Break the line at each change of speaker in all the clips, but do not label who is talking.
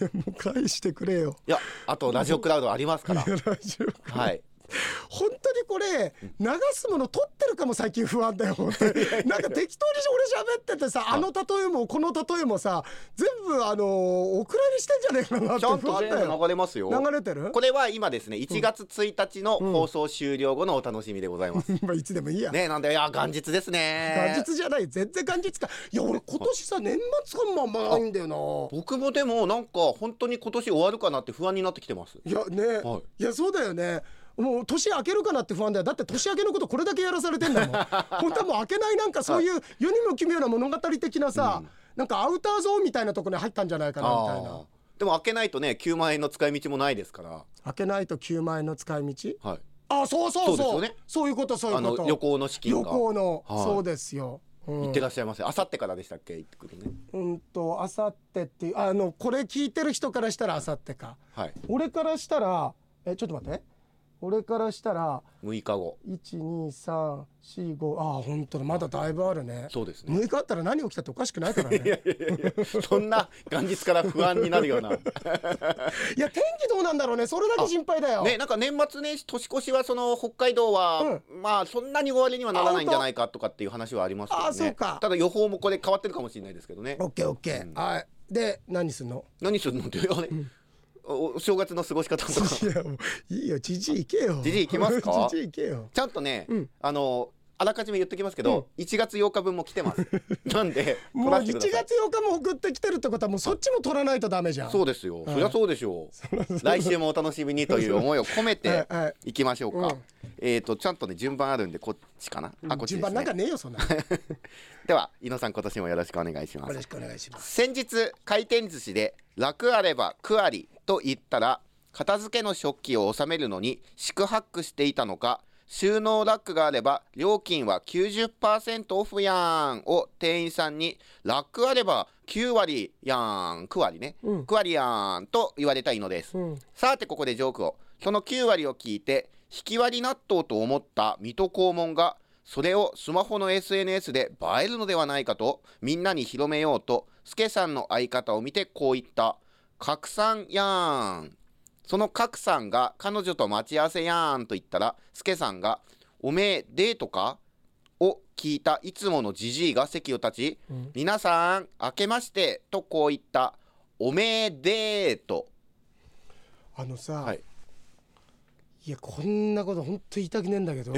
い やもう返してくれよ
いやあとラジオクラウドありますから
いやラジオ
はい
本当にこれ流すもの取ってるかも最近不安だよ本 当になんか適当に俺喋っててさあの例えもこの例えもさ全部あのお蔵にしてんじゃねえかなっ
ち
て
ゃん
不
と
安
全
だ
部
よ
流れますよ
流れてる
これは今ですね1月1日の放送終了後のお楽しみでございます、
まあいつでもいいや、
ねなんでいや元日ですね
元日じゃない全然元日かいや俺今年さ年末感もあんまないんだよな
僕もでもなんか本当に今年終わるかなって不安になってきてます
いやね、、
はい
やそうだよねもう年明けるかなって不安だよだって年明けのことこれだけやらされてんだもん 本当はもう明けないなんかそういう世にも奇妙な物語的なさ、なんかアウターゾーンみたいなところに入ったんじゃないかなみたいな
あーでも開けないとね9万円の使い道もないですから、
開けないと9万円の使い道
はい、
あそうそう
そう
そうそう,、
ですよね
いうことそうい
あ
うこ
の
と
旅行の資金
旅
が
行の、
はい
そうですよ、うん、
行ってらっしゃいませあさってからでしたっけ行ってくるね
うんとあさってっていうあのこれ聞いてる人からしたらあさってか
はい
俺からしたらえちょっと待って俺からしたら
6日後
12345ああ本当だまだだいぶあるね
そうですね
6日あったら何起きたっておかしくないからねいや
そんな元日から不安になるような
天気どうなんだろうねそれだけ心配だよ、
ね、なんか年末年始年越しはその北海道は、まあそんなに終わりにはならないんじゃないかとかっていう話はありますけどね
あそうか
ただ予報もこれ変わってるかもしれないですけどね
オッケーオッケー、はいで何すん の
何するのってあれ、おお正月の過ごし方とか
いやもういいよじじい行けよ
じじい行きますか
じじい行けよ
ちゃんとね、
うん
あのあらかじめ言っときますけど、1月8日分も来てます なんで
もう
取らせ
1
てくだ
月8
さい
日も送ってきてるってことはもうそっちも取らないとダメじゃん。
そううです
は
よ、
い
そりゃそうでしょう来週もお楽しみにという思いを込め て
はいはい
いきましょうか、
うん
えっ、とちゃんとね順番あるんでこっちかな、あこっち
順
で
番
す
なん
ね
かねえよそんなの。
では井野さん今年もよろしくお願いしま
よろ
す
しくお願いします。
先日回転寿司で楽あればくありと言ったら片付けの食器を収めるのに四苦八苦していたのか収納ラックがあれば料金は90%オフやんを店員さんにラックあれば9割やん9割ね、
うん
9割やんと言われたいのです、
うん。
さてここでジョークをその9割を聞いて引き割り納豆と思った水戸黄門がそれをスマホの SNS で映えるのではないかとみんなに広めようと助さんの相方を見てこう言った「拡散やーん」その角さんが彼女と待ち合わせやーんと言ったら助さんが「おめえデートか?」を聞いたいつものじじいが席を立ち
うん
「皆さん明けまして」とこう言った「おめえデート
あの」さ、
はいい、
やこんなこと本当言いたくねえんだけど、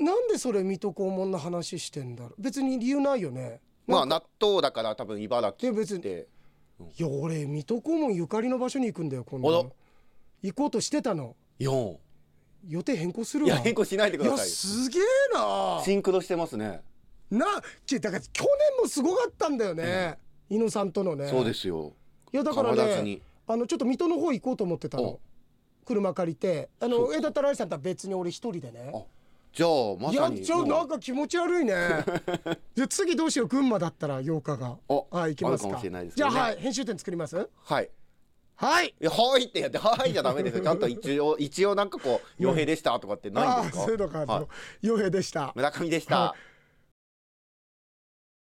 なんでそれ水戸黄門の話してんだろう。別に理由ないよね。
まあ
なんか
納豆だから多分茨城
で別
っ
に
て
いや俺水戸黄門ゆかりの場所に行くんだよ今
あら
度。行こうとしてたの。
4
予定変更する
い
わ。
や変更しないでく
い
だ
や
さい
すげえな。
シンクロしてますね
な、ちだから去年もすごかったんだよね。猪野さんとのね。
そうですよ
いやだから
変わら
ね
ずに
あのちょっと水戸の方行こうと思ってたの
お
車借りてあ
そう
の
か
江田太郎さんとは別に俺一人でね
あじゃあま
い
さ
や
に
ちょなん
も
か気持ち 悪いねじゃあ次どうしよう群馬だったら8日が
お
はい行きます
あるか
か
もしれないです
じ
け
ゃあ
どね
はい編集点作ります
うはい
はい
いやはいってやってはいじゃダメですよちゃんと一応一応なんかこう傭兵でしたとかってないん
あ
で
あ
すか
そういうのか
はい
洋平でした
村上でした